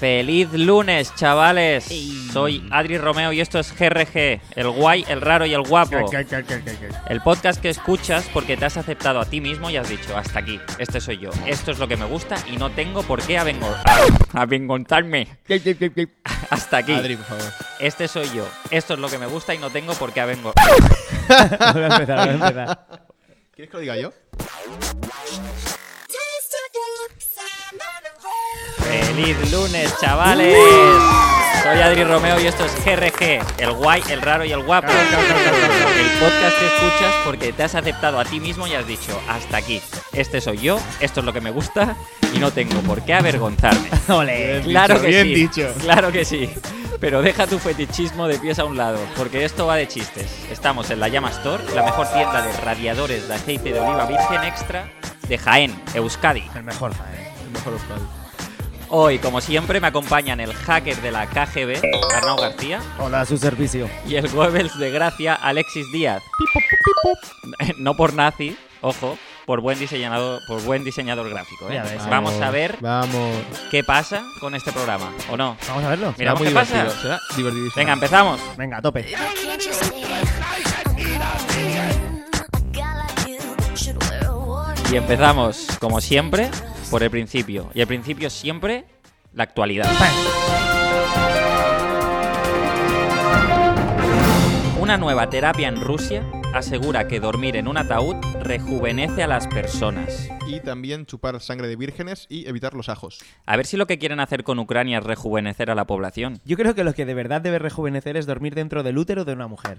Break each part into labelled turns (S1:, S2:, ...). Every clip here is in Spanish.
S1: Feliz lunes, chavales.
S2: Ey.
S1: Soy Adri Romeo y esto es GRG, el guay, el raro y el
S3: Oh.
S1: guapo. El podcast que escuchas porque te has aceptado a ti mismo y has dicho, hasta aquí, este soy yo, esto es lo que me gusta y no tengo por qué avengo- a- avergonzarme. Hasta aquí,
S2: Adri, por favor.
S1: este soy yo, esto es lo que me gusta y no tengo por qué avengo.
S3: Voy a empezar, voy a empezar.
S2: ¿Quieres que lo diga yo?
S1: ¡Feliz lunes, chavales! Soy Adri Romeo y esto es GRG, el guay, el raro y el guapo. El podcast que escuchas porque te has aceptado a ti mismo y has dicho, hasta aquí, este soy yo, esto es lo que me gusta y no tengo por qué avergonzarme.
S3: Ole.
S1: Claro
S2: dicho,
S1: que
S2: bien
S1: sí.
S2: dicho.
S1: Claro que sí. Pero deja tu fetichismo de pies a un lado, porque esto va de chistes. Estamos en la Llama Store, la mejor tienda de radiadores de aceite de oliva virgen extra de Jaén, Euskadi.
S3: El mejor Jaén.
S2: El mejor hostal.
S1: Hoy, como siempre, me acompañan el hacker de la KGB, Arnau García,
S3: Hola, a su servicio.
S1: y el Goebbels de Gracia, Alexis Díaz. No por nazi, ojo, por buen diseñador, por buen diseñador gráfico. ¿eh?
S3: Ya ves.
S1: Vamos a ver
S2: Vamos.
S1: qué pasa con este programa, ¿o no?
S3: Vamos a verlo.
S1: Miramos
S2: Será
S1: qué
S2: muy
S1: pasa.
S2: divertido, Será divertidísimo.
S1: Venga, empezamos.
S3: Venga, a tope.
S1: Y empezamos, como siempre, por el principio. Y el principio siempre la actualidad. Una nueva terapia en Rusia asegura que dormir en un ataúd rejuvenece a las personas.
S2: Y también chupar sangre de vírgenes y evitar los ajos.
S1: A ver si lo que quieren hacer con Ucrania es rejuvenecer a la población.
S3: Yo creo que lo que de verdad debe rejuvenecer es dormir dentro del útero de una mujer.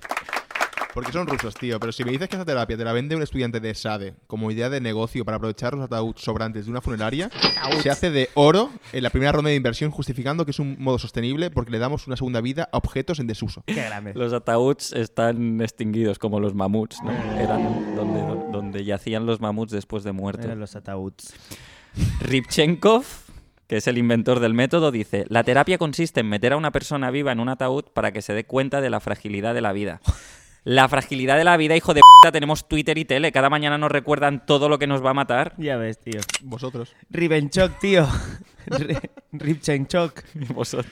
S2: Porque son rusos, tío. Pero si me dices que esa terapia te la vende un estudiante de SADE E como idea de negocio para aprovechar los ataúdes sobrantes de una funeraria, se hace de oro en la primera ronda de inversión justificando que es un modo sostenible porque le damos una segunda vida a objetos en desuso.
S3: Qué grande.
S1: Los ataúds están extinguidos como los mamuts, ¿no? Eran donde, donde yacían los mamuts después de muertos.
S3: Eran los ataúds.
S1: Ripchenkov, que es el inventor del método, dice: La terapia consiste en meter a una persona viva en un ataúd para que se dé cuenta de la fragilidad de la vida. La fragilidad de la vida, hijo de puta, tenemos Twitter y tele. Cada mañana nos recuerdan todo lo que nos va a matar.
S3: Ya ves, tío.
S2: Vosotros.
S3: Ribenchok, tío. Ri- Ripchenchok.
S1: Vosotros.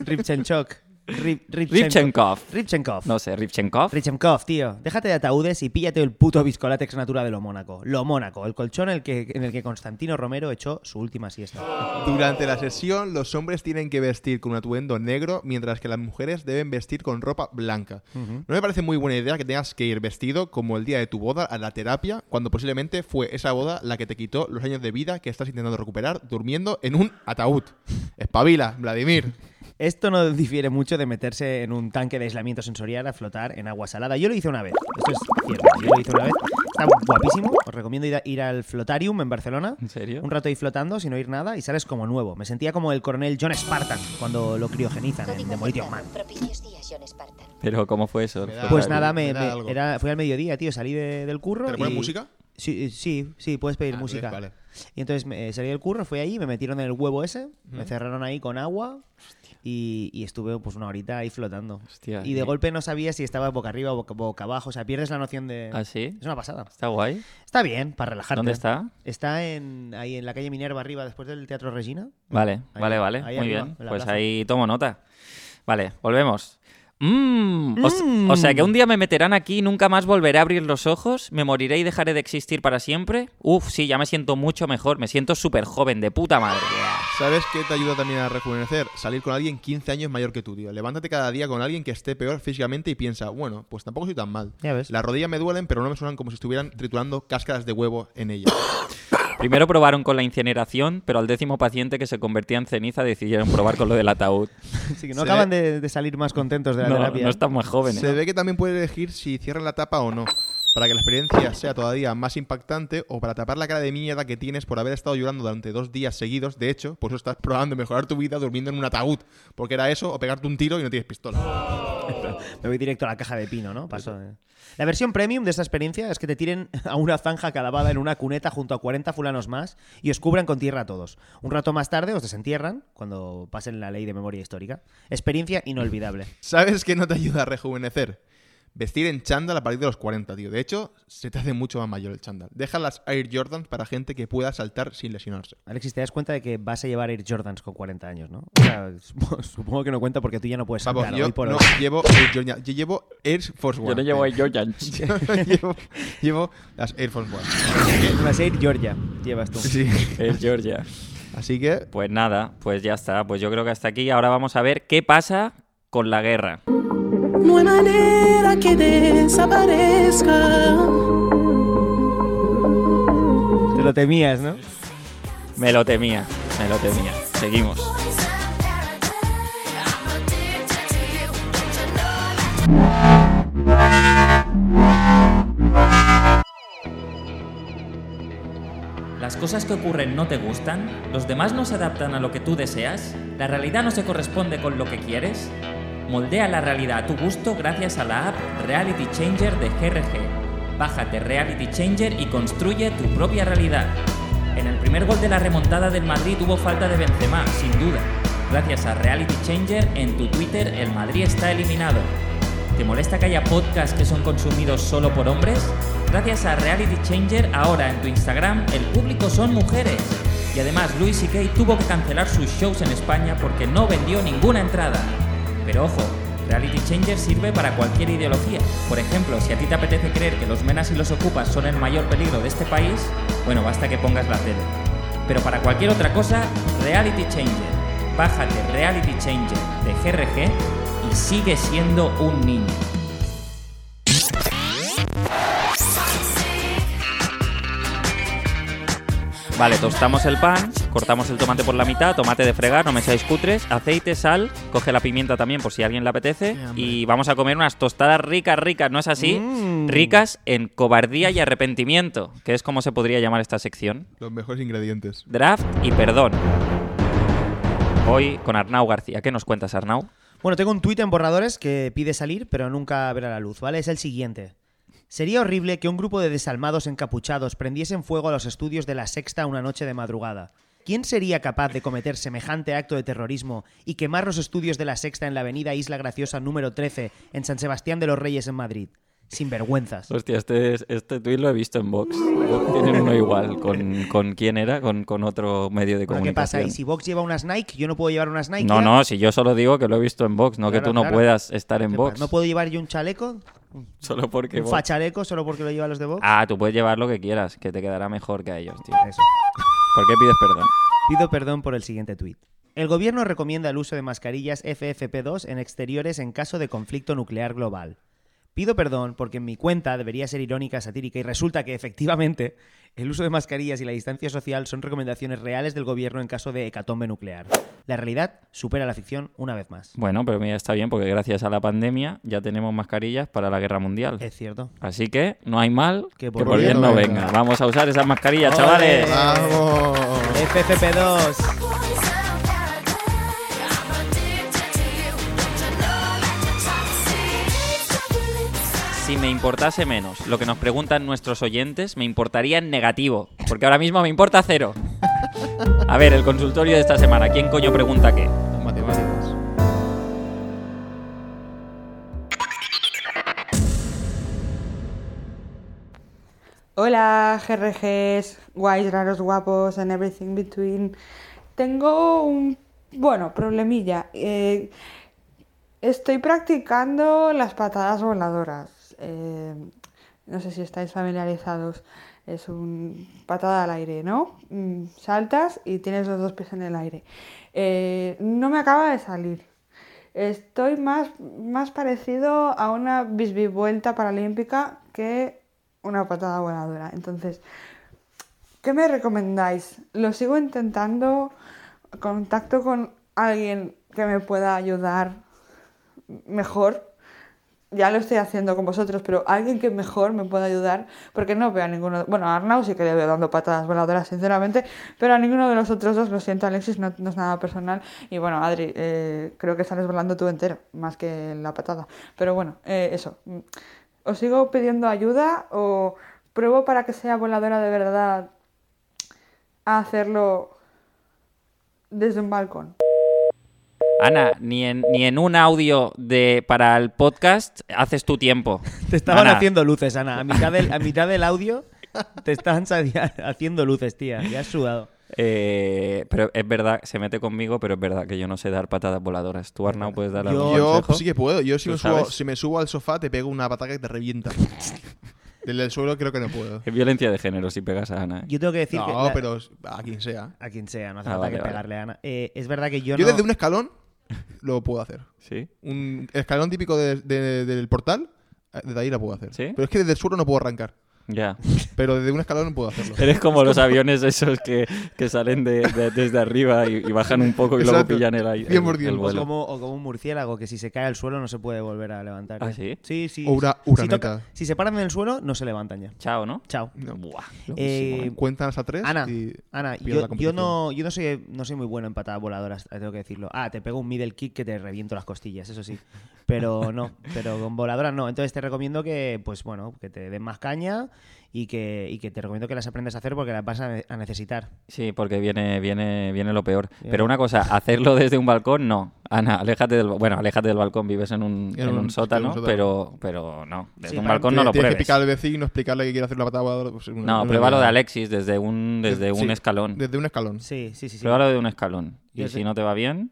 S3: Ripchenchok. Rip-
S1: Ripchenkov.
S3: Ripchenkov.
S1: No sé, Ripchenkov.
S3: Ripchenkov, tío. Déjate de ataúdes y píllate el puto biscolatex natura de lo Mónaco. Lo Mónaco, el colchón en el que, en el que Constantino Romero echó su última siesta.
S2: Durante la sesión, los hombres tienen que vestir con un atuendo negro, mientras que las mujeres deben vestir con ropa blanca. No me parece muy buena idea que tengas que ir vestido como el día de tu boda a la terapia, cuando posiblemente fue esa boda la que te quitó los años de vida que estás intentando recuperar durmiendo en un ataúd. Espabila, Vladimir.
S3: Esto no difiere mucho de meterse en un tanque de aislamiento sensorial a flotar en agua salada. Yo lo hice una vez. Esto es cierto. Yo lo hice una vez. Está guapísimo. Os recomiendo ir, a- ir al Flotarium en Barcelona.
S1: ¿En serio?
S3: Un rato ahí flotando sin oír nada y sales como nuevo. Me sentía como el coronel John Spartan cuando lo criogenizan en Demolition Man.
S4: Propicios días, John Spartan.
S1: Pero, ¿cómo fue eso?
S2: Me da-
S3: Pues
S2: Ah,
S3: nada, me,
S2: me da
S3: me-
S2: algo.
S3: era, fui al mediodía, tío, salí de- del curro.
S2: ¿Te le ponen
S3: y-
S2: música?
S3: Sí, eh, sí, sí, puedes pedir
S2: Ah,
S3: música.
S2: vale.
S3: Y entonces me- eh, salí del curro, fui ahí, me metieron en el huevo ese, me cerraron ahí con agua y, y estuve pues una horita ahí flotando.
S1: Hostia,
S3: y de
S1: eh.
S3: golpe no sabía si estaba boca arriba o boca, boca abajo, o sea, pierdes la noción de...
S1: ¿Ah, sí?
S3: Es una pasada.
S1: Está guay.
S3: Está bien, para relajarte.
S1: ¿Dónde está?
S3: Está en, ahí en la calle Minerva arriba, después del Teatro Regina.
S1: Vale,
S3: Ahí,
S1: vale, vale.
S3: ahí
S1: Muy
S3: arriba,
S1: bien.
S3: en la
S1: Pues
S3: plaza.
S1: ahí tomo nota. Vale, volvemos. Mm, o, se- o sea que un día me meterán aquí y nunca más volveré a abrir los ojos, me moriré y dejaré de existir para siempre. Uf, sí, ya me siento mucho mejor, me siento súper joven, de puta madre.
S2: ¿Sabes qué te ayuda también a rejuvenecer? Salir con alguien 15 años mayor que tú, tío. Levántate cada día con alguien que esté peor físicamente y piensa, bueno, pues tampoco soy tan mal.
S3: Ya ves.
S2: Las rodillas me duelen, pero no me suenan como si estuvieran triturando cáscaras de huevo en ellas.
S1: Primero probaron con la incineración, pero al décimo paciente que se convertía en ceniza decidieron probar con lo del ataúd.
S3: Así que no
S2: Se
S3: acaban de, de salir más contentos de la
S1: No,
S3: terapia.
S1: no están más jóvenes.
S2: Se ve que también puede elegir si cierran la tapa o no, para que la experiencia sea todavía más impactante o para tapar la cara de mierda que tienes por haber estado llorando durante dos días seguidos. De hecho, por eso estás probando mejorar tu vida durmiendo en un ataúd, porque era eso o pegarte un tiro y no tienes pistola.
S3: Me voy directo a la caja de pino, ¿no? Paso de- La versión premium de esta experiencia es que te tiren a una zanja calabada en una cuneta junto a 40 fulanos más y os cubran con tierra a todos. Un rato más tarde os desentierran cuando pasen la ley de memoria histórica. Experiencia inolvidable.
S2: ¿Sabes que no te ayuda a rejuvenecer? Vestir en chándal a partir de los 40, tío. De hecho, se te hace mucho más mayor el chándal. Deja las Air Jordans para gente que pueda saltar sin lesionarse.
S3: Alexis, te das cuenta de que vas a llevar Air Jordans con 40 años, ¿no? O sea, supo- supongo que no cuenta porque tú ya no puedes
S2: Vamos,
S3: saltar
S2: yo
S3: hoy por
S2: no
S3: hoy.
S2: llevo Air Jordan, yo llevo Air Force One.
S1: Yo no llevo
S2: eh.
S1: ahí Jordans.
S2: Yo no llevo, llevo las Air Force One.
S3: Vas a ir Georgia, llevas tú.
S2: Sí.
S1: Es Eh, Georgia.
S2: Así que
S1: Pues nada, pues ya está. Pues yo creo que hasta aquí. Ahora vamos a ver qué pasa con la guerra.
S4: No hay manera que desaparezca.
S3: Te lo temías, ¿no?
S1: Me lo temía, me lo temía. Seguimos. ¿Las cosas que ocurren no te gustan? ¿Los demás no se adaptan a lo que tú deseas? ¿La realidad no se corresponde con lo que quieres? Moldea la realidad a tu gusto gracias a la app Reality Changer de GRG. Bájate Reality Changer y construye tu propia realidad. En el primer gol de la remontada del Madrid hubo falta de Benzema, sin duda. Gracias a Reality Changer en tu Twitter el Madrid está eliminado. ¿Te molesta que haya podcasts que son consumidos solo por hombres? Gracias a Reality Changer, ahora en tu Instagram el público son mujeres. Y además Luis C.K. tuvo que cancelar sus shows en España porque no vendió ninguna entrada. Pero ojo, Reality Changer sirve para cualquier ideología. Por ejemplo, si a ti te apetece creer que los menas y los ocupas son el mayor peligro de este país, bueno, basta que pongas la tele. Pero para cualquier otra cosa, Reality Changer. Bájate Reality Changer de GRG y sigue siendo un niño. Vale, tostamos el pan, cortamos el tomate por la mitad, tomate de fregar, no me seáis cutres, aceite, sal, coge la pimienta también por si a alguien le apetece y vamos a comer unas tostadas ricas, ricas, ¿no es así?
S3: Mm.
S1: Ricas en cobardía y arrepentimiento, que es como se podría llamar esta sección
S2: los mejores ingredientes.
S1: draft y perdón. Hoy con Arnau García. ¿Qué nos cuentas, Arnau?
S3: Bueno, tengo un tuit en borradores que pide salir, pero nunca verá la luz, ¿vale? Es el siguiente. Sería horrible que un grupo de desalmados encapuchados prendiesen fuego a los estudios de la sexta una noche de madrugada. ¿Quién sería capaz de cometer semejante acto de terrorismo y quemar los estudios de la sexta en la avenida Isla Graciosa número 13 en San Sebastián de los Reyes en Madrid? Sin vergüenzas.
S1: Hostia, este, es- este tuit lo he visto en Vox. Vox tienen uno igual. ¿Con, con quién era? Con, con otro medio de
S3: Bueno, ¿Qué pasa?
S1: comunicación.
S3: ¿Y si Vox lleva unas Nike, yo no puedo llevar unas Nike? ¿eh?
S1: No, no, si yo solo digo que lo he visto en Vox, no que
S3: Claro,
S1: tú no
S3: claro.
S1: puedas estar en
S3: ¿Qué
S1: Vox.
S3: pasa? ¿No puedo llevar yo un chaleco?
S1: Solo porque
S3: ¿Un
S1: Vox-
S3: fachaleco solo porque lo llevan los de Vox?
S1: Ah, tú puedes llevar lo que quieras, que te quedará mejor que a ellos, tío.
S3: Eso.
S1: ¿Por qué pides perdón?
S3: Pido perdón por el siguiente tuit. El gobierno recomienda el uso de mascarillas FFP2 en exteriores en caso de conflicto nuclear global. Pido perdón porque en mi cuenta debería ser irónica, satírica y resulta que efectivamente el uso de mascarillas y la distancia social son recomendaciones reales del gobierno en caso de hecatombe nuclear. La realidad supera la ficción una vez más.
S1: Bueno, pero mira, está bien porque gracias a la pandemia ya tenemos mascarillas para la guerra mundial.
S3: Es cierto.
S1: Así que no hay mal que por, bien no venga.
S2: venga.
S1: Vamos a Ah. usar esas mascarillas,
S3: Ole.
S1: chavales.
S2: ¡Vamos!
S3: FFP2.
S1: Si me importase menos lo que nos preguntan nuestros oyentes, me importaría en negativo, porque ahora mismo me importa cero. A ver, el consultorio de esta semana, ¿quién coño pregunta qué?
S2: Matemáticas.
S5: Hola, GRGs, guays, raros, guapos, and everything between. Tengo un, bueno, problemilla. Eh, estoy practicando las patadas voladoras. Eh, no sé si estáis familiarizados. Es un patada al aire, ¿no? Mm, Saltas y tienes los dos pies en el aire. Eh, no me acaba de salir. Estoy más, más parecido a una bisbivuelta paralímpica que una patada voladora. Entonces, ¿qué me recomendáis? Lo sigo intentando, contacto con alguien que me pueda ayudar mejor. Ya lo estoy haciendo con vosotros, pero alguien que mejor me pueda ayudar, porque no veo a ninguno. Bueno, a Arnau sí que le veo dando patadas voladoras, sinceramente, pero a ninguno de los otros dos, lo siento, Alexis, no, no es nada personal. Y bueno, Adri, eh, creo que sales volando tú entero, más que la patada. Pero bueno, eh, eso. ¿Os sigo pidiendo ayuda o pruebo para que sea voladora de verdad a hacerlo desde un balcón?
S1: Ana, ni en, ni en un audio de, para el podcast haces tu tiempo.
S3: Te estaban
S1: Ana,
S3: haciendo luces, Ana. A mitad del, a mitad del audio te estaban sa- haciendo luces, tía. Ya has sudado.
S1: eh, pero es verdad, se mete conmigo, pero es verdad que yo no sé dar patadas voladoras. Tú, Arnau, puedes dar algún
S2: Yo
S1: consejo?
S2: pues, sí que puedo. Yo si
S1: ¿Tú
S2: me, subo,
S1: sabes?
S2: si me subo al sofá te pego una patada que te revienta. Desde el suelo creo que no puedo.
S1: Es violencia de género si pegas a Ana. ¿eh?
S3: Yo tengo que decir que.
S2: No,
S3: la-
S2: pero a quien sea.
S3: A quien sea, no hace
S1: Ah,
S3: falta
S1: vale,
S3: que
S1: vale.
S3: pegarle a Ana. Eh, es verdad que yo,
S2: Yo
S3: no.
S2: desde un escalón lo puedo hacer.
S1: ¿Sí?
S2: Un escalón típico de- de- del portal, eh, desde ahí la puedo hacer.
S1: ¿Sí?
S2: Pero es que desde el suelo no puedo arrancar.
S1: Ya.
S2: Pero desde un escalón no puedo hacerlo.
S3: Eh,
S1: Eres como los aviones esos que, que salen de- de- desde arriba y, y bajan un poco y luego
S2: Exacto.
S1: pillan el, ai- el,
S2: 100%.
S1: el
S2: Es
S1: vuelo.
S3: O pues como, o como un murciélago que si se cae al suelo no se puede volver a levantar.
S1: ¿Ah, sí?
S3: Sí, sí.
S2: O una
S3: si, toca-
S2: uraneta.
S3: si se paran en el suelo, no se levantan ya.
S1: Chao, ¿no?
S3: Chao.
S1: Buah.
S3: Eh,
S2: Cuentan hasta tres
S3: Ana,
S2: y
S3: Ana
S2: pierdes
S3: yo,
S2: la
S3: yo
S2: competición.
S3: no, yo no soy, no soy muy bueno en patadas voladoras, tengo que decirlo. Ah, te pego un middle kick que te reviento las costillas, eso sí. Pero no, pero con voladoras no. Entonces te recomiendo que, pues bueno, que te den más caña y que, y que te recomiendo que las aprendas a hacer porque las vas a, ne- a necesitar.
S1: Sí, porque viene, viene, viene lo peor.
S3: Bien.
S1: Pero una cosa, hacerlo desde un balcón, no. Ana, aléjate del, bueno, aléjate del balcón. Vives en un, en un sótano,
S2: sótano.
S1: pero, pero no. Desde
S3: Sí,
S1: un
S3: para-
S1: balcón no
S2: Tienes-
S1: lo
S2: Tienes que
S1: pruebes.
S2: picar al vecino, explicarle que quiere hacer una patada voladora. pues, una-
S1: No,
S2: una-
S1: pruébalo de Alexis desde un, desde un
S2: sí,
S1: escalón.
S2: Desde un escalón.
S3: Sí, sí, sí. sí.
S1: Pruébalo de un escalón. Y
S3: Desde-
S1: si no te va bien,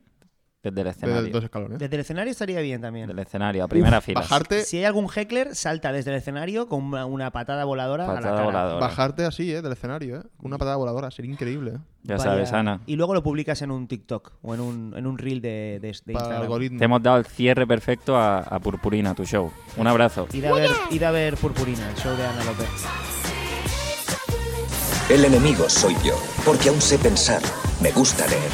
S1: desde el
S2: Desde
S1: escenario.
S2: dos escalones.
S3: Desde el escenario estaría bien también.
S1: ¿Eh? Del escenario, a primera fila.
S2: Bajarte,
S3: Si hay algún heckler, salta desde el escenario con una, una patada voladora a la
S1: Patada
S3: cara.
S1: voladora.
S2: bajarte así, ¿eh? Del escenario, ¿eh? Con una patada voladora. Sería increíble, ¿eh?
S1: Ya
S3: Vaya-
S1: sabes, Ana.
S3: Y luego lo publicas en un TikTok o en un, en un reel de, de- de
S2: Para el
S3: Instagram.
S2: algoritmo.
S1: Te hemos dado el cierre perfecto a, a Purpurina, tu show. Un abrazo.
S3: Id a, ver, id a ver Purpurina, el show de Ana López.
S6: El enemigo soy yo, porque aún sé pensar, me gusta leer.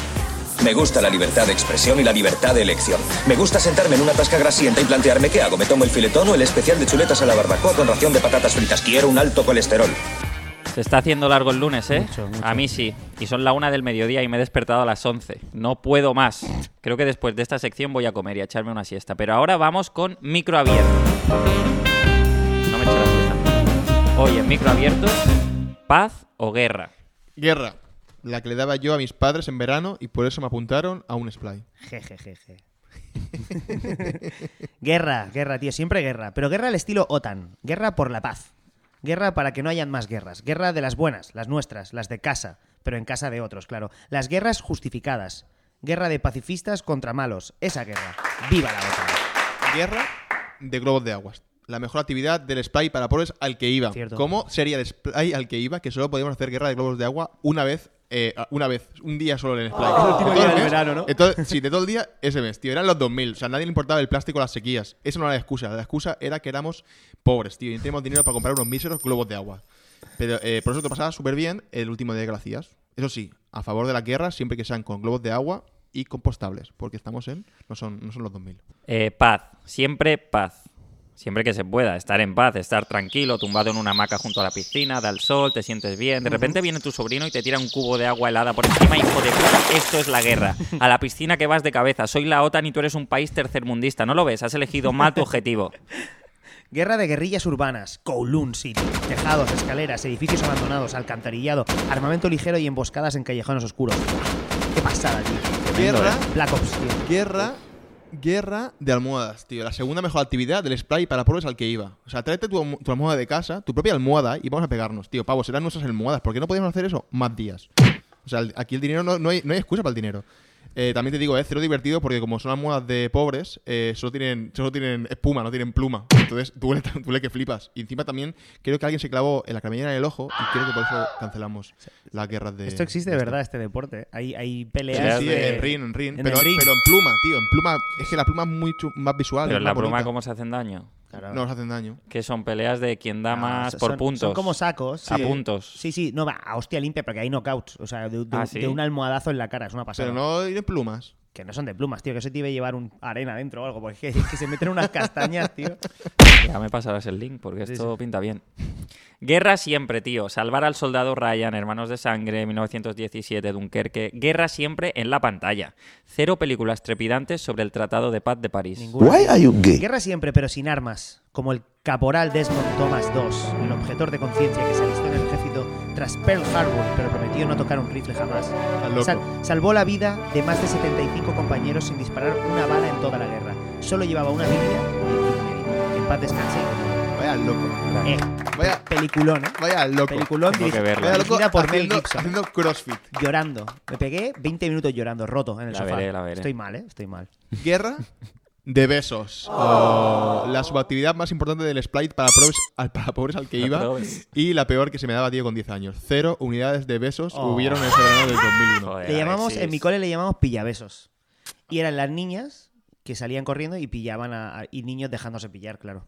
S6: Me gusta la libertad de expresión y la libertad de elección. Me gusta sentarme en una tasca grasienta y plantearme qué hago. ¿Me tomo el filetón o el especial de chuletas a la barbacoa con ración de patatas fritas? Quiero un alto colesterol.
S1: Se está haciendo largo el lunes, ¿eh?
S3: Mucho, mucho.
S1: A mí sí. Y son la una del mediodía y me he despertado a las 11. No puedo más. Creo que después de esta sección voy a comer y a echarme una siesta. Pero ahora vamos con micro abierto. No me eché la siesta. Oye, micro abierto, paz o guerra.
S2: Guerra. La que le daba yo a mis padres en verano y por eso me apuntaron a un splay.
S3: Jejejeje. guerra, guerra, tío, siempre guerra. Pero guerra al estilo OTAN. Guerra por la paz. Guerra para que no hayan más guerras. Guerra de las buenas, las nuestras, las de casa, pero en casa de otros, claro. Las guerras justificadas. Guerra de pacifistas contra malos. Esa guerra. ¡Viva la OTAN!
S2: Guerra de globos de aguas. La mejor actividad del splay para pobres al que iba.
S3: Cierto.
S2: ¿Cómo sería el splay al que iba? Que solo podíamos hacer guerra de globos de agua una vez, eh, a- una vez, un día solo en el splay. De todo
S3: Ah. día
S2: el
S3: del
S2: mes.
S3: verano, ¿no?
S2: Entonces, sí, de todo el día ese mes, tío. Eran los 2000. O sea, a nadie le importaba el plástico o las sequías. Eso no era la excusa. La excusa era que éramos pobres, tío. Y no teníamos dinero para comprar unos míseros globos de agua. Pero eh, por eso te pasaba súper bien el último día que lo hacías. Eso sí, a favor de la guerra, siempre que sean con globos de agua y compostables. Porque estamos en. No son, no son los 2000.
S1: Eh, paz, siempre paz. Siempre que se pueda, estar en paz, estar tranquilo, tumbado en una hamaca junto a la piscina, da el sol, te sientes bien. De repente viene tu sobrino y te tira un cubo de agua helada por encima, hijo de puta. Esto es la guerra. A la piscina que vas de cabeza. Soy la OTAN y tú eres un país tercermundista. ¿No lo ves? Has elegido mal tu objetivo.
S3: Guerra de guerrillas urbanas, Kowloon City. Tejados, escaleras, edificios abandonados, alcantarillado, armamento ligero y emboscadas en callejones oscuros. ¡Qué pasada, tío! eh.
S2: Guerra.
S3: Black Ops, tío.
S2: Guerra. Guerra de almohadas, tío. La segunda mejor actividad del spray para pobres al que iba. O sea, tráete tu, almo- tu almohada de casa, tu propia almohada, y vamos a pegarnos, tío. Pavos, serán nuestras almohadas. ¿Por qué no podíamos hacer eso más días? O sea, el- aquí el dinero no, no hay, no hay excusa para el dinero. Eh, también te digo, es cero divertido porque como son almohadas de pobres, eh, solo, tienen, solo tienen espuma, no tienen pluma. Entonces duele, tan- duele que flipas. Y encima también creo que alguien se clavó en la cremallera en el ojo y creo que por eso cancelamos las guerras de...
S3: Esto existe de verdad, este deporte. Hay,
S1: Sí,
S3: hay peleas.
S2: Sí, sí,
S3: de-
S2: en ring, en ring.
S3: en
S2: pero,
S3: el ring.
S2: pero en pluma, tío. En pluma. Es que la pluma es mucho más visual.
S1: Pero
S2: es
S1: en la
S2: más
S1: broma,
S2: bonita.
S1: ¿cómo se hacen daño?
S3: Claro.
S2: No nos hacen daño.
S1: Que son peleas de quien da
S3: No,
S1: más
S3: Ah, son-
S1: por
S3: son-
S1: puntos.
S3: Son como sacos.
S1: A
S3: Sí.
S1: puntos.
S3: Sí, sí, no, va, a hostia limpia, porque hay knockouts. O sea, de, de-
S1: Ah, ¿sí?
S3: de un almohadazo en la cara, es una pasada.
S2: Pero no ir en plumas.
S3: Que no son de plumas, tío, que eso te iba a llevar un arena dentro o algo, porque es que se meten unas castañas, tío.
S1: Ya me pasarás el link porque esto pinta bien. Guerra siempre, tío. Salvar al soldado Ryan, Hermanos de Sangre, 1917, Dunkerque. Guerra siempre en la pantalla. Cero películas trepidantes sobre el Tratado de Paz de París.
S3: Ninguna.
S7: are you gay?
S3: Guerra siempre, pero sin armas, como el caporal Desmond Thomas II, el objetor de conciencia que se alistó en el ejército desaparecido tras Pearl Harbor, pero prometió no tocar un rifle jamás.
S2: Al loco.
S3: Sal- salvó la vida de más de 75 compañeros sin disparar una bala en toda la guerra. Solo llevaba una Biblia y el kit médico. Que En paz descanse.
S2: Vaya loco.
S3: Eh,
S2: Vaya,
S3: peliculón, ¿eh?
S2: vaya loco.
S3: Peliculón
S1: Tengo
S3: dirigi-
S1: que verla.
S2: Vaya loco
S3: dirigida por Mel
S2: haciendo,
S3: Gibson.
S2: haciendo crossfit.
S3: Llorando. Me pegué 20 minutos llorando, roto en el
S1: La
S3: sofá.
S1: veré, la veré.
S3: Estoy mal, ¿eh? Estoy mal.
S2: Guerra de besos. La subactividad más importante del Sprite para, probes- al- para pobres al que
S1: Para
S2: iba.
S1: probes.
S2: Y la peor que se me daba, tío, con 10 años. Cero unidades de besos
S3: Oh.
S2: hubieron en ese verano del 2001.
S1: Joder,
S3: Le llamamos,
S1: Alexis.
S3: en mi cole le llamamos pillabesos. Y eran las niñas que salían corriendo y pillaban a, a- y niños dejándose pillar, claro.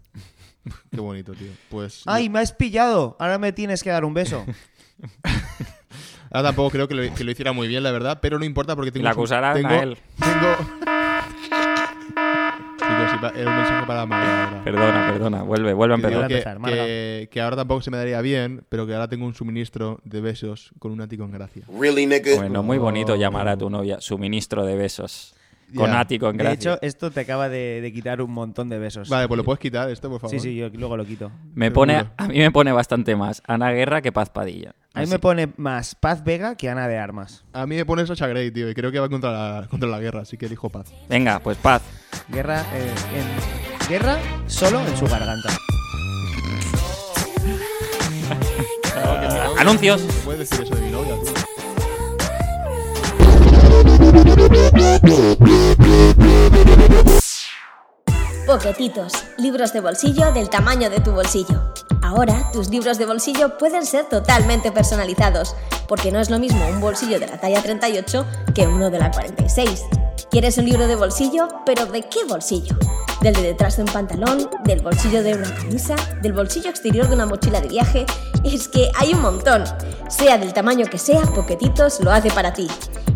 S2: Qué bonito, tío. Pues.
S3: ¡Ay, me has pillado! Ahora me tienes que dar un beso.
S2: Ahora tampoco creo que lo, que lo hiciera muy bien, la verdad, pero no importa porque tengo.
S1: La acusarán
S2: tengo,
S1: a él.
S2: Tengo. Chicos, iba- era un mensaje para María ahora.
S1: Perdona, perdona. Vuelve, vuelve a
S2: Que digo
S1: empezar.
S3: Vuelve a empezar,
S2: que-
S3: Marga.
S2: que- que ahora tampoco se me daría bien, pero que ahora tengo un suministro de besos con un ático en gracia.
S7: Really, nigga?
S1: Bueno, muy bonito llamar a tu novia suministro de besos.
S2: Ya.
S1: Con ático en
S3: De
S1: gracia.
S3: hecho, esto te acaba de, de quitar un montón de besos.
S2: Vale, pues lo puedes quitar esto, por favor.
S3: Sí, sí, yo luego lo quito.
S1: me pone,
S2: seguro.
S1: a mí me pone bastante más Ana Guerra que Paz Padilla.
S3: A mí
S1: Así.
S3: me pone más Paz Vega que Ana de Armas.
S2: A mí me pone Sacha Grey, tío, y creo que va contra la, contra la guerra, así que elijo paz.
S1: Venga, pues Paz.
S3: Guerra, eh, en- guerra solo en su garganta.
S1: Anuncios.
S2: Puedes decir eso de mi novia, tú.
S8: Poquetitos, libros de bolsillo del tamaño de tu bolsillo. Ahora tus libros de bolsillo pueden ser totalmente personalizados, porque no es lo mismo un bolsillo de la talla 38 que uno de la 46. ¿Quieres un libro de bolsillo? ¿Pero de qué bolsillo? Del de detrás de un pantalón, del bolsillo de una camisa, del bolsillo exterior de una mochila de viaje. Es que hay un montón. Sea del tamaño que sea, Poquetitos lo hace para ti.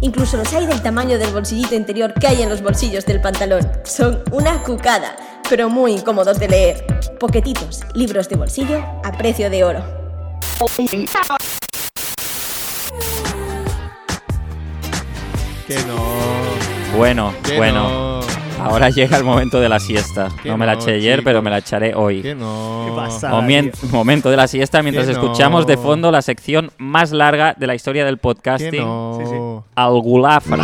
S8: Incluso los hay del tamaño del bolsillito interior que hay en los bolsillos del pantalón. Son una cucada, pero muy incómodos de leer. Poquetitos, libros de bolsillo a precio de oro.
S2: Que no.
S1: Bueno,
S2: Que
S1: bueno.
S2: no.
S1: Ahora llega el momento de la siesta.
S2: Que
S1: No me la
S2: no,
S1: eché ayer, pero me la echaré hoy.
S2: Que no.
S3: ¿Qué pasa?
S1: O mien- momento de la siesta mientras
S2: Que no.
S1: escuchamos de fondo la sección más larga de la historia del
S2: Que
S1: podcasting.
S2: no.
S1: Algulafra.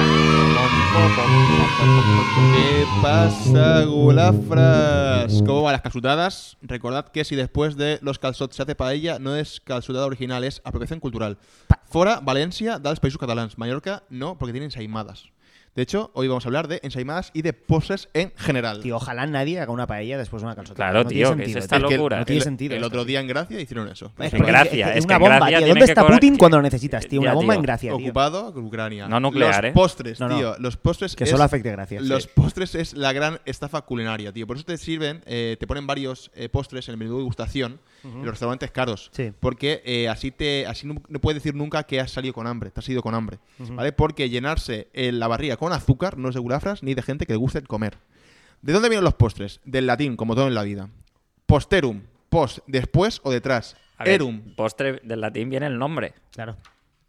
S2: ¿Qué pasa, gulafras? ¿Cómo van las calzutadas? Recordad que si después de los calzots se hace paella, no es calzutada original, es apropiación cultural. Fora, Valencia, dels països catalans. Mallorca, no, porque tiene ensaimadas. De hecho, hoy vamos a hablar de ensaimadas y de poses en general.
S3: Tío, ojalá nadie haga una paella después de una calzota.
S1: Claro,
S3: no
S1: tío, que
S3: tiene
S1: es
S3: sentido,
S1: esta
S3: tío.
S2: que
S1: locura.
S2: el-
S3: No tiene
S2: el-
S3: sentido
S2: El
S3: esto.
S2: otro día en Gracia hicieron eso.
S3: Es
S1: En
S3: porque-
S1: Gracia,
S3: es
S1: es
S3: una
S1: que en
S3: bomba,
S1: Gracia
S3: tío.
S1: tienen
S3: ¿Dónde
S1: que
S3: está
S1: cobrar-
S3: Putin cuando lo
S1: Ya,
S3: necesitas, tío?
S1: tío.
S3: Una bomba en Gracia, tío.
S2: Ocupado con Ucrania.
S1: No nuclear,
S2: Los
S1: ¿eh?
S2: postres,
S3: No, no.
S2: tío. Los postres.
S3: Que
S2: es-
S3: solo afecte Gracia, sí.
S2: Los postres es la gran estafa culinaria, tío. Por eso te sirven, eh, te ponen varios eh, postres en el menú de degustación en los restaurantes caros.
S3: Sí.
S2: Porque eh, así te así nu- no, puedes decir nunca que has salido con hambre, te has ido con hambre. ¿Vale? Porque llenarse eh, la barriga con azúcar no es de gulafras ni de gente que le guste comer. ¿De dónde vienen los postres? Del latín, como todo en la vida. Posterum, post, después o detrás.
S1: A ver,
S2: Erum.
S1: Postre del latín viene el nombre.
S3: Claro.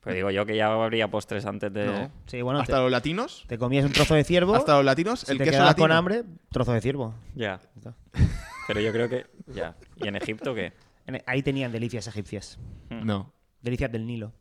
S1: Pero digo yo que ya habría postres antes de.
S2: No.
S3: Sí, bueno,
S2: Hasta
S3: te,
S2: los latinos.
S3: te comías un trozo de ciervo.
S2: Hasta los latinos,
S3: si
S2: el
S3: te
S2: queso
S3: quedabas
S2: latino.
S3: con hambre, trozo de ciervo.
S1: Ya. Pero yo creo que. Ya. ¿Y en Egipto qué?
S3: En- Ahí tenían delicias egipcias.
S2: No.
S3: Delicias del Nilo.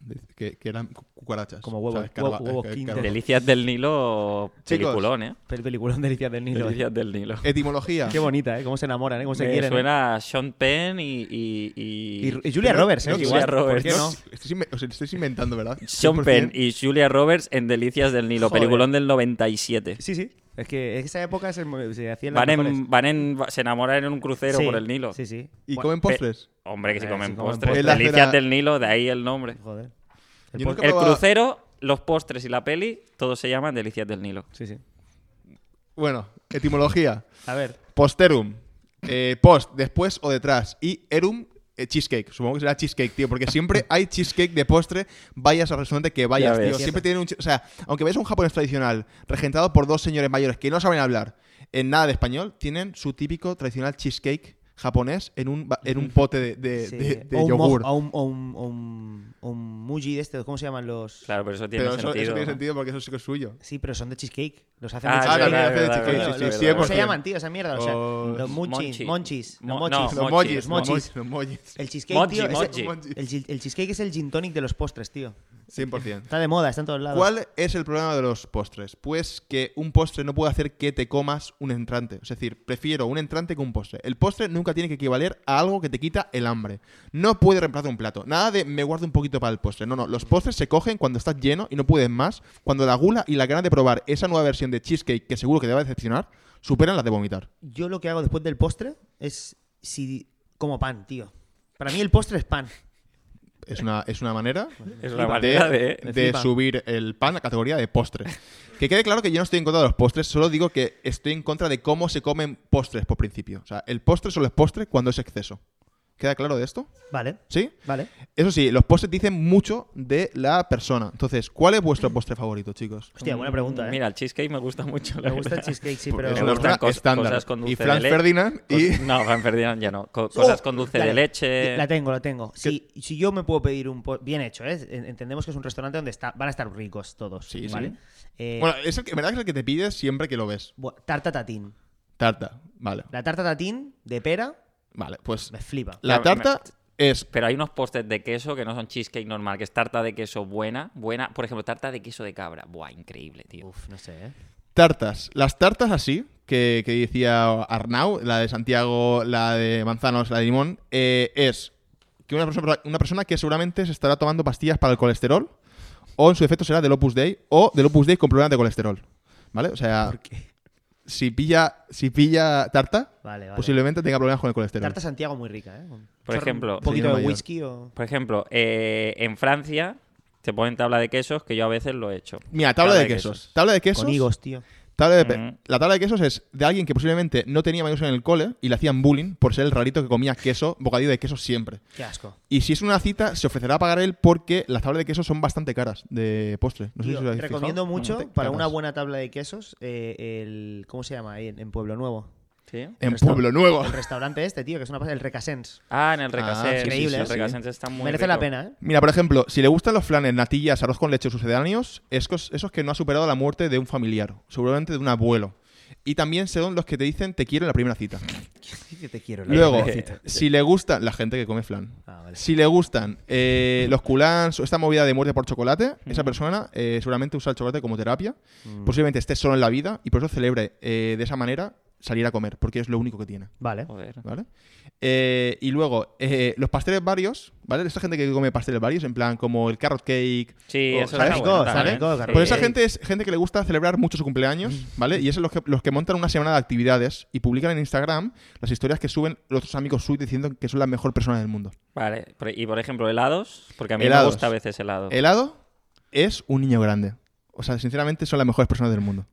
S2: Dice Que, que eran cu- cucarachas.
S3: Como huevo-
S2: ¿sabes? Carva-
S3: huevo- huevo
S2: eh,
S3: Kinder.
S2: carva-
S1: Delicias del Nilo.
S2: Chicos.
S1: Peliculón, ¿eh?
S3: Pero peliculón Delicias del Nilo.
S1: Delicias del Nilo.
S2: Etimología.
S3: Qué bonita, ¿eh? Cómo se enamoran, ¿eh? Cómo se
S1: Me
S3: quieren. ¿eh?
S1: suena a Sean Penn y. y, y-
S3: Y, y Julia
S2: Pero-
S3: Roberts, ¿eh?
S2: no,
S1: Julia
S3: Igual,
S1: Roberts.
S3: ¿Por qué no?
S1: No.
S2: Estáis inve- os estáis inventando, ¿verdad?
S1: Sean
S2: 100%.
S1: Penn y Julia Roberts en Delicias del Nilo,
S3: Joder.
S1: peliculón del 97.
S3: Sí, sí. Es que en esa época se, se hacían las
S1: Van
S3: mejores.
S1: en, van en, se enamoran en un crucero
S3: Sí,
S1: por el Nilo.
S3: Sí, sí.
S2: ¿Y
S3: Bueno,
S2: comen
S1: Pe-
S2: postres?
S1: Hombre, que si
S3: Eh,
S1: comen
S3: si comen
S1: postres.
S2: postres. Es
S1: Delicias
S2: la-
S1: del Nilo, de ahí el nombre.
S3: Joder.
S2: Yo nunca
S1: El
S2: probaba-
S1: crucero, los postres y la peli, todos se llaman Delicias del Nilo.
S3: Sí, sí.
S2: Bueno, etimología.
S3: A ver.
S2: Posterum. eh, post, después o detrás. Y erum, eh, cheesecake. Supongo que será cheesecake, tío. Porque siempre hay cheesecake de postre, vayas al restaurante que vayas,
S1: ves.
S2: tío. Siempre tienen un. che- O sea, aunque veas un japonés tradicional, regentado por dos señores mayores que no saben hablar en nada de español, tienen su típico tradicional cheesecake japonés en un, ba- en un pote de, de-
S3: Sí.
S2: de- de
S3: O un mo-
S2: yogur.
S3: O un, o un, o un, o un muji de este, ¿cómo se llaman los...?
S1: Claro, pero eso tiene
S2: Pero eso,
S1: sentido.
S2: eso tiene sentido porque eso sí que es suyo.
S3: Sí, pero son de cheesecake. Los hacen
S1: Ah,
S3: de
S1: es
S2: Ah,
S3: cheesecake.
S2: también
S1: verdad,
S2: hace de
S1: es verdad,
S2: cheesecake,
S1: es
S2: sí,
S1: verdad,
S2: sí,
S1: es verdad.
S3: ¿Cómo se
S2: 100%.
S3: llaman, tío, esa mierda? O sea,
S2: Los
S3: los munchis,
S1: monchi.
S3: monchis, los Eh,
S1: Mo-
S3: monchis.
S1: no,
S2: Los
S1: mochis,
S2: mojis, los
S1: mochis.
S2: mojis, los mojis.
S3: El cheesecake,
S1: Mochi,
S3: tío, es el-
S1: mochi.
S3: El, chi- el cheesecake es el gin tonic de los postres, tío.
S2: 100%.
S3: Está de moda, está en todos lados.
S2: ¿Cuál es el problema de los postres? Pues que un postre no puede hacer que te comas un entrante. Es decir, prefiero un entrante que un postre. El postre nunca tiene que equivaler a algo que te quita el hambre. No puede reemplazar un plato. Nada de me guardo un poquito para el postre. No, no. Los postres se cogen cuando estás lleno y no puedes más. Cuando la gula y la gana de probar esa nueva versión de cheesecake que seguro que te va a decepcionar superan las de vomitar.
S3: Yo lo que hago después del postre es si como pan, tío. Para mí el postre es pan.
S2: Es una, es una manera,
S1: Es una manera de-
S3: de
S2: de
S3: flipa.
S2: subir el pan a categoría de postre. Que quede claro que yo no estoy en contra de los postres, solo digo que estoy en contra de cómo se comen postres por principio. O sea, el postre solo es postre cuando es exceso. ¿Queda claro de esto?
S3: Vale,
S2: ¿Sí?
S3: vale.
S2: Eso sí, los postres dicen mucho de la persona. Entonces, ¿cuál es vuestro postre favorito, chicos?
S3: Hostia, buena pregunta, ¿eh?
S1: Mira, el cheesecake me gusta mucho. la
S3: Me gusta el
S1: verdad.
S3: cheesecake, sí,
S2: Porque
S3: pero...
S2: es
S1: Me
S2: una
S1: gustan
S2: persona
S1: cos-
S2: estándar.
S1: cosas con dulce
S2: Y Franz
S1: de leche.
S2: Ferdinand y-
S1: Cos- No, Franz Ferdinand ya no. Co- cosas
S3: Oh,
S1: con dulce
S3: dale.
S1: de leche.
S3: La tengo, la tengo. Si, si yo me puedo pedir un... po- Bien hecho, ¿eh? En- Entendemos que es un restaurante donde está, van a estar ricos todos,
S2: Sí, sí.
S3: ¿vale? Eh,
S2: Bueno, es el que, en verdad es el que te pides siempre que lo ves.
S3: bu- tarta tatín.
S2: Tarta. Vale.
S3: La tarta tatín de pera
S2: Vale, pues
S3: me flipa.
S2: la
S1: Claro, me-
S2: tarta es...
S1: Pero hay unos postres de queso que no son cheesecake normal, que es tarta de queso buena, buena. Por ejemplo, tarta de queso de cabra. Buah, increíble, tío.
S3: Uf, no sé, ¿eh?
S2: Tartas. Las tartas así, que, que decía Arnau, la de Santiago, la de Manzanos, la de Limón, eh, es que una persona, una persona que seguramente se estará tomando pastillas para el colesterol, o en su defecto será del Opus Dei, o del Opus Dei con problemas de colesterol. ¿Vale? O sea, si pilla, si pilla tarta,
S3: Vale, vale.
S2: posiblemente tenga problemas con el colesterol.
S3: Tarta Santiago muy rica, ¿eh? Un
S1: Por
S3: chorro-
S1: ejemplo,
S3: Un poquito
S2: señor
S3: de
S2: mayor.
S3: whisky o...
S1: Por ejemplo, eh, en Francia te ponen tabla de quesos, que yo a veces lo he hecho.
S2: Mira, tabla, de, quesos. Tabla de quesos.
S3: Con higos, Mm. tío.
S2: Tabla de pe-
S1: Ujú.
S2: La tabla de quesos es de alguien que posiblemente no tenía amigos en el cole y le hacían bullying por ser el rarito que comía queso, bocadillo de queso siempre.
S3: Qué asco.
S2: Y si es una cita, se ofrecerá a pagar él porque las tablas de queso son bastante caras de postre. No sé
S3: Tío,
S2: si os habéis
S3: recomiendo
S2: fijado.
S3: mucho
S2: Bastante
S3: para
S2: caras.
S3: una buena tabla de quesos eh, el ¿cómo se llama ahí en, en Pueblo Nuevo?
S1: ¿Sí?
S2: En Pueblo Nuevo.
S3: El restaurante este, tío, que es una pasada, el Recasens.
S1: Ah, en el Recasens.
S2: sí,
S3: Increíble, sí,
S1: El
S3: sí.
S1: Recasens está muy
S3: Merece
S1: rico.
S3: la pena, ¿eh?
S2: Mira, por ejemplo, si le gustan los flanes, natillas, arroz con leche o sucedáneos, esos, esos que no ha superado la muerte de un familiar, seguramente de un abuelo. Y también son los que te dicen te quiero en la primera cita.
S3: Sí que te quiero.
S2: Luego,
S1: Eh,
S2: si le gustan la gente que come flan,
S3: Ah, vale.
S2: si le gustan eh, los culans o esta movida de muerte por chocolate, esa persona eh, seguramente usa el chocolate como terapia, posiblemente esté solo en la vida y por eso celebre eh, de esa manera salir a comer, porque es lo único que tiene.
S3: Vale.
S1: Joder.
S2: ¿Vale? Eh, y luego, eh, los pasteles varios, ¿vale? Esa gente que come pasteles varios, en plan como el carrot cake.
S1: Sí,
S2: o-
S1: eso
S2: ¿sabes?
S1: está
S3: rico,
S1: bueno
S3: está
S1: también.
S3: rico, está
S1: Sí.
S3: rico.
S2: Pues esa
S3: Eh.
S2: gente es gente que le gusta celebrar mucho su cumpleaños, ¿vale? Y es los que, los que montan una semana de actividades y publican en Instagram las historias que suben los otros amigos suyos diciendo que son las mejor personas del mundo.
S1: Vale. por- e-, Y por ejemplo, helados, porque a mí me
S2: Helados.
S1: gusta a veces helado.
S2: Helado es un niño grande. O sea, sinceramente son las mejores personas del mundo.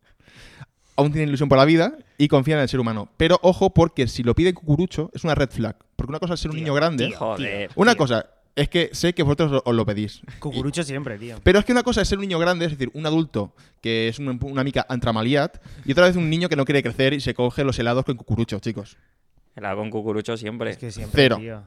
S2: Aún tienen ilusión por la vida y confían en el ser humano. Pero ojo, porque si lo pide cucurucho, es una red flag. Porque una cosa es ser un niño grande.
S3: tío,
S1: Joder.
S2: Una cosa es que sé que vosotros lo- os lo pedís.
S3: Cucurucho siempre, tío.
S2: Pero es que una cosa es ser un niño grande, es decir, un adulto que es un- una mica antramaliat, y otra vez un niño que no quiere crecer y se coge los helados con cucurucho, chicos.
S1: Helado con cucurucho siempre.
S3: Es que siempre,
S2: Cero.
S3: tío.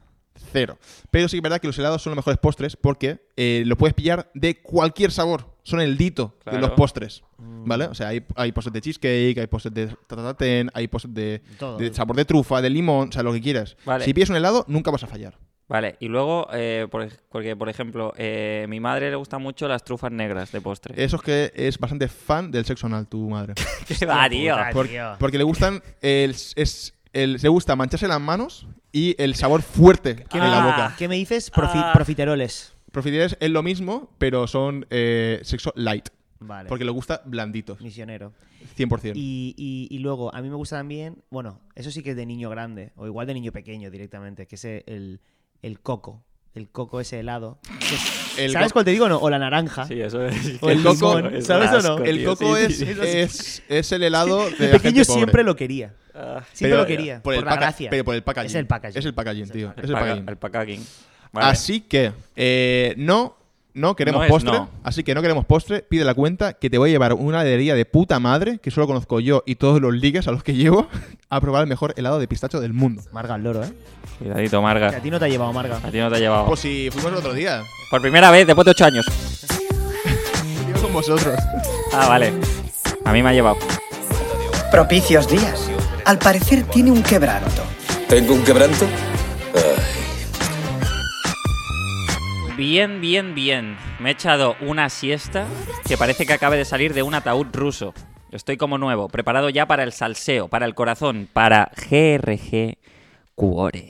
S2: Cero. Pero sí que es verdad que los helados son los mejores postres porque eh, lo puedes pillar de cualquier sabor. Son el dito
S1: Claro. Mm.
S2: de los postres. ¿Vale? O sea, hay, hay postres de cheesecake, hay postres de tatatatén, hay postres de,
S3: Todo.
S2: de sabor de trufa, de limón, o sea, lo que quieras.
S1: Vale.
S2: Si pides un helado, nunca vas a fallar.
S1: Vale. Y luego, eh, por ej- porque por ejemplo, eh, mi madre le gustan mucho las trufas negras de postre.
S2: Eso es que es bastante fan del sexo anal, tu madre.
S1: ¿Qué va, tío?
S3: puta,
S2: Por-
S3: tío.
S2: porque le gustan el, es, el- le gusta mancharse las manos y el sabor fuerte
S3: ¿Qué
S2: en
S3: me,
S2: la boca.
S3: Ah, ¿Qué me dices? Profi-
S1: Ah.
S3: Profiteroles.
S2: Profiteroles es lo mismo, pero son eh, sexo light.
S3: Vale.
S2: Porque le gusta blanditos,
S3: Misionero.
S2: 100%.
S3: Y, y- y luego, a mí me gusta también, bueno, eso sí que es de niño grande, o igual de niño pequeño directamente, que es el, el coco. El coco ese helado. que es-
S2: El
S3: ¿Sabes
S2: co-
S3: cuál te digo o no? O la naranja.
S1: Sí, eso es.
S3: O el
S2: coco,
S1: es
S3: ¿sabes
S1: un
S3: o no?
S1: asco,
S2: el
S1: tío,
S2: coco
S1: sí,
S2: es,
S1: sí, sí.
S2: es, es el helado de
S3: De
S2: la
S3: pequeño
S2: gente pobre.
S3: siempre lo quería.
S1: Ah.
S3: Siempre
S2: Pero
S3: lo quería.
S2: Por, el
S3: la
S2: paca-
S3: gracia.
S2: Pero por el packaging.
S3: Es el packaging.
S2: Es el packaging, tío. Es el
S1: paca-
S2: packaging.
S1: el packaging. Vale.
S2: Así que, eh, no No queremos
S1: No es
S2: postre,
S1: no.
S2: así que no queremos postre. Pide la cuenta que te voy a llevar a una heladería de puta madre que solo conozco yo y todos los ligues a los que llevo a probar el mejor helado de pistacho del mundo.
S3: Marga el loro, ¿eh?
S1: Cuidadito,
S3: Que a
S1: Marga.
S3: ti no te ha llevado, Marga.
S1: A ti no te ha llevado.
S2: Pues si fuimos el otro día,
S1: Por primera vez después de ocho años.
S2: yo con vosotros.
S1: Ah, vale. A mí me ha llevado.
S7: Propicios días. Al parecer tiene un quebranto.
S6: ¿Tengo un quebranto?
S1: Bien, bien, bien. Me he echado una siesta que parece que acabe de salir de un ataúd ruso. Estoy como nuevo, preparado ya para el salseo, para el corazón, para GRG Cuore.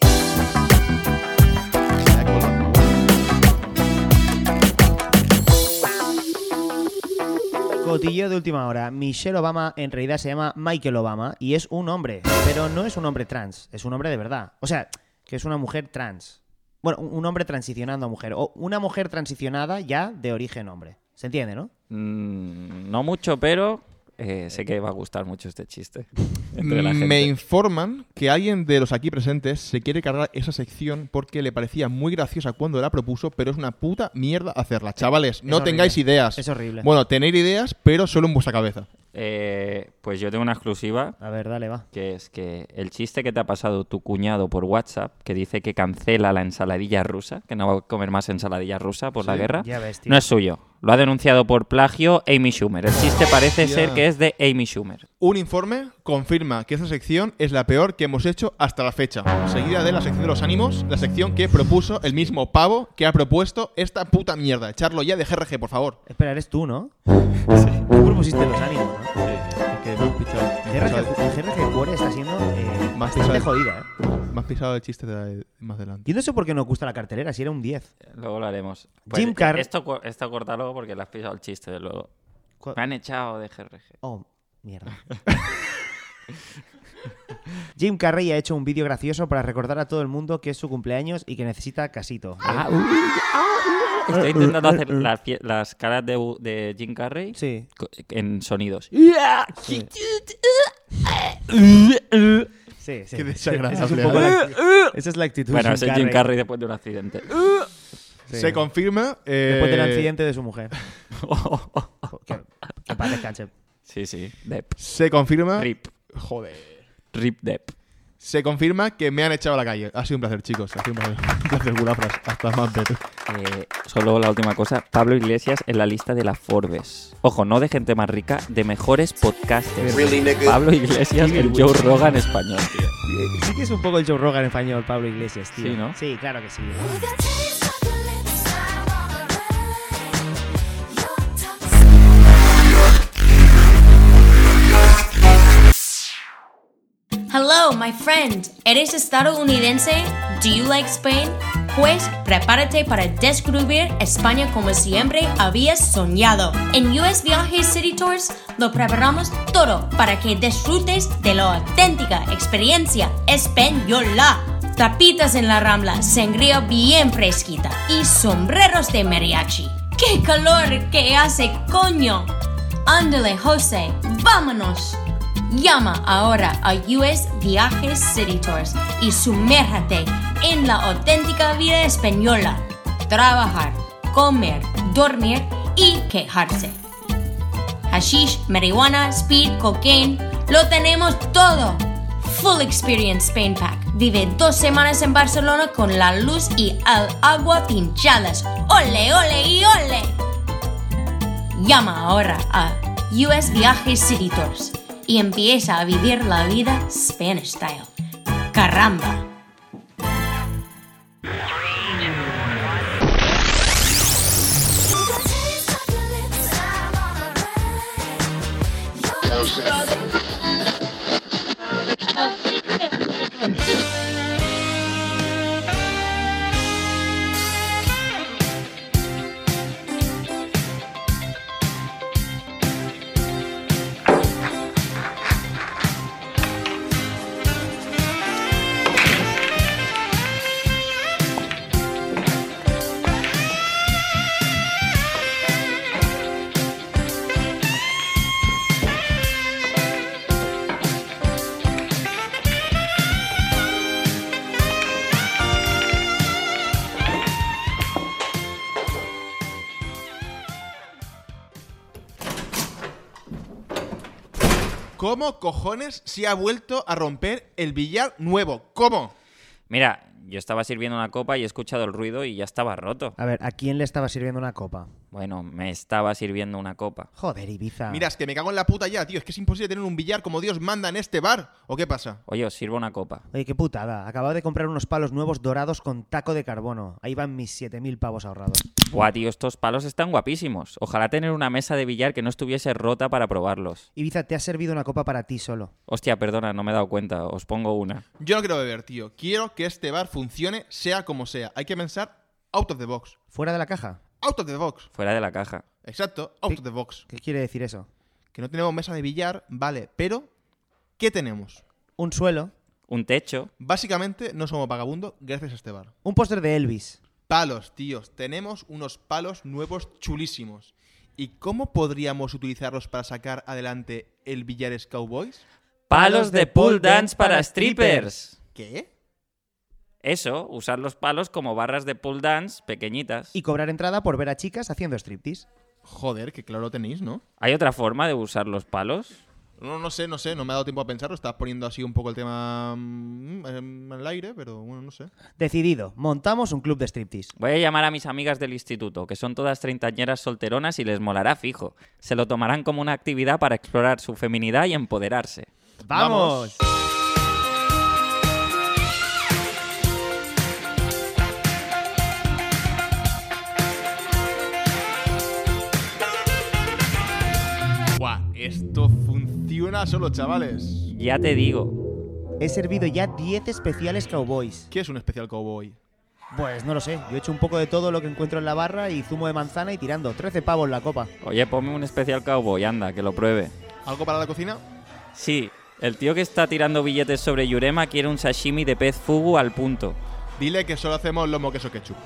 S3: Cotillo de última hora. Michelle Obama en realidad se llama Michael Obama y es un hombre, pero no es un hombre trans, es un hombre de verdad. O sea, que es una mujer trans. Bueno, un un hombre transicionando a mujer. O una mujer transicionada ya de origen hombre. ¿Se entiende, no?
S1: Mm, no mucho, pero eh, sé que va a gustar mucho este chiste. Entre la
S2: Mm, Me
S1: gente.
S2: informan que alguien de los aquí presentes se quiere cargar esa sección porque le parecía muy graciosa cuando la propuso, pero es una puta mierda hacerla. Chavales, no
S3: horrible.
S2: tengáis ideas.
S3: Es horrible.
S2: Bueno, tener ideas, pero solo en vuestra cabeza.
S1: Eh, pues yo tengo una exclusiva,
S3: A ver, dale, va.
S1: que es que el chiste que te ha pasado tu cuñado por WhatsApp, que dice que cancela la ensaladilla rusa, que no va a comer más ensaladilla rusa por la guerra,
S3: ya ves, tío.
S1: no es suyo. Lo ha denunciado por plagio Amy Schumer. El chiste parece
S2: Hostia.
S1: ser que es de Amy Schumer.
S2: Un informe confirma que esta sección es la peor que hemos hecho hasta la fecha. Seguida de la sección de los ánimos, la sección que propuso el mismo pavo que ha propuesto esta puta mierda. Echarlo ya de GRG, por favor.
S3: Espera, eres tú, ¿no? Sí. Tú propusiste los ánimos, ¿no? GRG, Cu- GRG Cuore está siendo eh,
S2: Más
S3: bastante
S2: pesado.
S3: jodida, ¿eh?
S2: Más pisado el chiste de- más adelante.
S3: Yo no sé por qué no os gusta la cartelera, si era un 10.
S1: Luego lo haremos. Pues,
S3: Jim Carrey-
S1: Esto, cu- esto cortalo porque le has pisado el chiste de luego.
S3: Cu-
S1: Me han echado de GRG.
S3: Oh, mierda. Jim Carrey ha hecho un vídeo gracioso para recordar a todo el mundo que es su cumpleaños y que necesita casito.
S1: Ah, uh, ah, uh. Estoy intentando hacer las, pie- las caras de, bu- de Jim Carrey
S3: Sí.
S1: co- en sonidos.
S3: Sí, sí.
S2: Qué
S3: Esa es, un
S2: desagradable.
S3: poco
S2: ¿eh?
S3: la actitud. Esa es la actitud.
S1: Bueno,
S3: de
S1: ese es Jim Carrey después de un accidente.
S3: Sí.
S2: Se confirma. eh,
S3: Después del accidente de su mujer. Oh, que, que paz descanse.
S1: sí, sí. Depp.
S2: Se confirma.
S1: Rip.
S2: Joder.
S1: Rip Depp.
S2: Se confirma que me han echado a la calle. Ha sido un placer, chicos. Ha sido un placer. Un placer, gulafras. Hasta más veces.
S1: Eh, solo la última cosa. Pablo Iglesias en la lista de la Forbes. Ojo, no de gente más rica, de mejores podcasters. Pablo Iglesias, el Joe Rogan español, tío.
S3: Sí que es un poco el Joe Rogan en español, Pablo Iglesias, tío.
S1: Sí, ¿no?
S3: Sí, claro que sí.
S8: Hello, my friend. ¿Eres estadounidense? Do you like Spain? Pues prepárate para descubrir España como siempre habías soñado. En US Viajes City Tours lo preparamos todo para que disfrutes de la auténtica experiencia española. Tapitas en la rambla, sangría bien fresquita y sombreros de mariachi. ¡Qué calor que hace, coño! Ándale, José, vámonos. Llama ahora a US Viajes City Tours y sumérjate en la auténtica vida española. Trabajar, comer, dormir y quejarse. Hashish, marihuana, speed, cocaine, lo tenemos todo. Full Experience Spain Pack. Vive dos semanas en Barcelona con la luz y el agua pinchadas. ¡Ole, ole y ole! Llama ahora a US Viajes City Tours y empieza a vivir la vida Spanish style. ¡Caramba!
S2: ¿Cómo cojones se ha vuelto a romper el billar nuevo? ¿Cómo?
S1: Mira, yo estaba sirviendo una copa y he escuchado el ruido y ya estaba roto.
S3: A ver, ¿a quién le estaba sirviendo una copa?
S1: Bueno, me estaba sirviendo una copa.
S3: Joder, Ibiza.
S2: Mira, es que me cago en la puta ya, tío. Es que es imposible tener un billar como Dios manda en este bar. ¿O qué pasa?
S1: Oye, os sirvo una copa.
S3: Oye, qué putada. Acababa de comprar unos palos nuevos dorados con taco de carbono. Ahí van mis 7.000 pavos ahorrados.
S1: Buah, tío, estos palos están guapísimos. Ojalá tener una mesa de billar que no estuviese rota para probarlos.
S3: Ibiza, te has servido una copa para ti solo.
S1: Hostia, perdona, no me he dado cuenta. Os pongo una.
S2: Yo no quiero beber, tío. Quiero que este bar funcione sea como sea. Hay que pensar out of the box.
S3: ¿Fuera de la caja?
S2: Out of the box.
S1: Fuera de la caja.
S2: Exacto, out of the box.
S3: ¿Qué quiere decir eso?
S2: Que no tenemos mesa de billar, vale, pero ¿qué tenemos?
S3: Un suelo,
S1: Un techo.
S2: Básicamente no somos vagabundos gracias a este bar.
S3: un póster de Elvis.
S2: Palos, tíos. Tenemos unos palos nuevos chulísimos. ¿Y cómo podríamos utilizarlos para sacar adelante el Villares Cowboys?
S1: Palos de pool dance para strippers.
S2: ¿Qué?
S1: Eso, usar los palos como barras de pool dance pequeñitas.
S3: Y cobrar entrada por ver a chicas haciendo striptease.
S2: Joder, que claro lo tenéis, ¿no?
S1: ¿Hay otra forma de usar los palos?
S2: No, no sé, no sé, no me ha dado tiempo a pensarlo. Estás poniendo así un poco el tema mm, em, al aire, pero bueno, no sé.
S3: Decidido, montamos un club de striptease.
S1: Voy a llamar a mis amigas del instituto, que son todas treintañeras solteronas y les molará fijo. Se lo tomarán como una actividad para explorar su feminidad y empoderarse.
S2: ¡Vamos! Buah, esto funciona solo, chavales.
S1: Ya te digo.
S3: He servido ya 10 especiales cowboys.
S2: ¿Qué es un especial cowboy?
S3: Pues no lo sé, yo he hecho un poco de todo lo que encuentro en la barra y zumo de manzana y tirando 13 pavos la copa.
S1: Oye, ponme un especial cowboy, anda, que lo pruebe.
S2: ¿Algo para la cocina?
S1: Sí, el tío que está tirando billetes sobre Yurema quiere un sashimi de pez fugu al punto.
S2: Dile que solo hacemos lomo queso ketchup.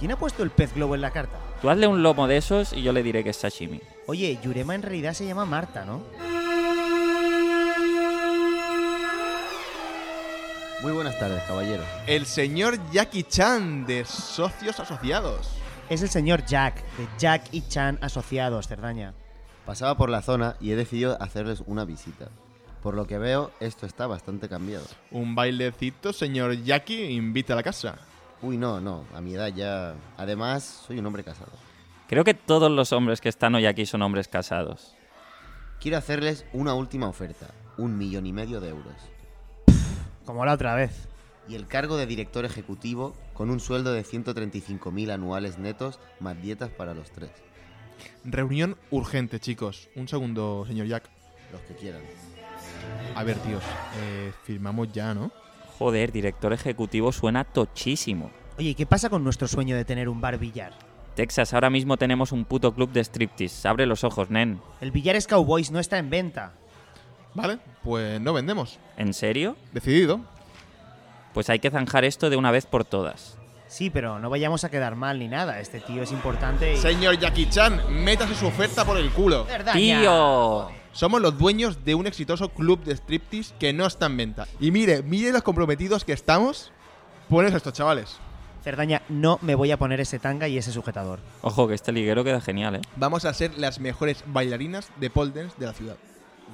S3: ¿Quién ha puesto el pez globo en la carta?
S1: Tú hazle un lomo de esos y yo le diré que es sashimi.
S3: Oye, Yurema en realidad se llama Marta, ¿no?
S9: Muy buenas tardes, caballero.
S2: El señor Jackie Chan de Socios Asociados.
S3: Es el señor Jack, de Jack y Chan Asociados, Cerdaña.
S9: Pasaba por la zona y he decidido hacerles una visita. Por lo que veo, esto está bastante cambiado.
S2: Un bailecito, señor Jackie, invita a la casa.
S9: Uy, no, no, a mi edad ya... Además, soy un hombre casado.
S1: Creo que todos los hombres que están hoy aquí son hombres casados.
S9: Quiero hacerles una última oferta, un millón y medio de euros.
S3: Como la otra vez.
S9: Y el cargo de director ejecutivo con un sueldo de 135.000 anuales netos más dietas para los tres,
S2: Reunión urgente, chicos. Un segundo, señor Jack.
S9: los que quieran.
S2: A ver, tíos, eh, firmamos ya, ¿no?
S1: Joder, director ejecutivo suena tochísimo.
S3: Oye, ¿y qué pasa con nuestro sueño de tener un bar billar?
S1: Texas, ahora mismo tenemos un puto club de striptease. Abre los ojos, nen.
S3: El Billares Cowboys no está en venta.
S2: Vale, pues no vendemos.
S1: ¿En serio?
S2: Decidido.
S1: Pues hay que zanjar esto de una vez por todas.
S3: Sí, pero no vayamos a quedar mal ni nada. Este tío es importante y...
S2: Señor Jackie Chan, métase su oferta por el culo.
S3: ¡Cerdaña!
S1: ¡Tío!
S2: Somos los dueños de un exitoso club de striptease que no está en venta. Y mire, mire los comprometidos que estamos. Pones estos chavales.
S3: Cerdaña, no me voy a poner ese tanga y ese sujetador.
S1: Ojo, que este liguero queda genial, ¿eh?
S2: Vamos a ser las mejores bailarinas de pole dance de la ciudad.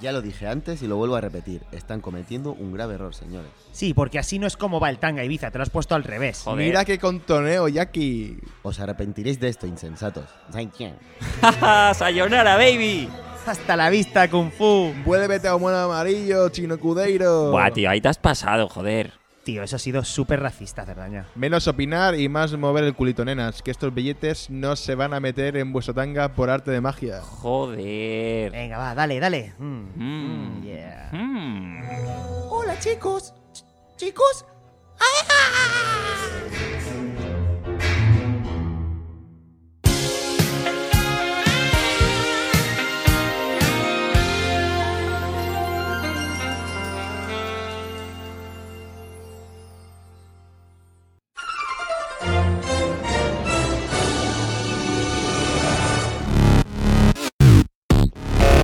S9: Ya lo dije antes y lo vuelvo a repetir, están cometiendo un grave error, señores.
S3: Sí, porque así no es como va el tanga, Ibiza. Te lo has puesto al revés.
S1: Joder.
S2: Mira qué contoneo, Jackie.
S9: Os arrepentiréis de esto, insensatos. Thank you.
S1: ¡Sayonara, baby!
S3: ¡Hasta la vista, Kung Fu!
S2: Vuélvete a humano amarillo, chino cudeiro.
S1: Buah, tío, ahí te has pasado, joder.
S3: Tío, eso ha sido súper racista, Cerdaña.
S2: Menos opinar y más mover el culito, nenas, que estos billetes no se van a meter en vuestra tanga por arte de magia.
S1: Joder.
S3: Venga, va, dale, dale. Mm.
S1: Mm.
S3: Yeah.
S1: Mm.
S7: Hola chicos, Ch- chicos.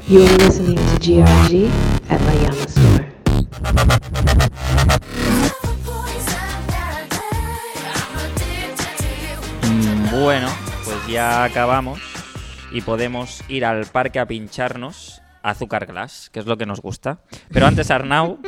S10: You're listening to GRG at La Llama Store.
S1: Mm, Bueno, pues ya acabamos y podemos ir al parque a pincharnos azúcar glass, que es lo que nos gusta. Pero antes Arnau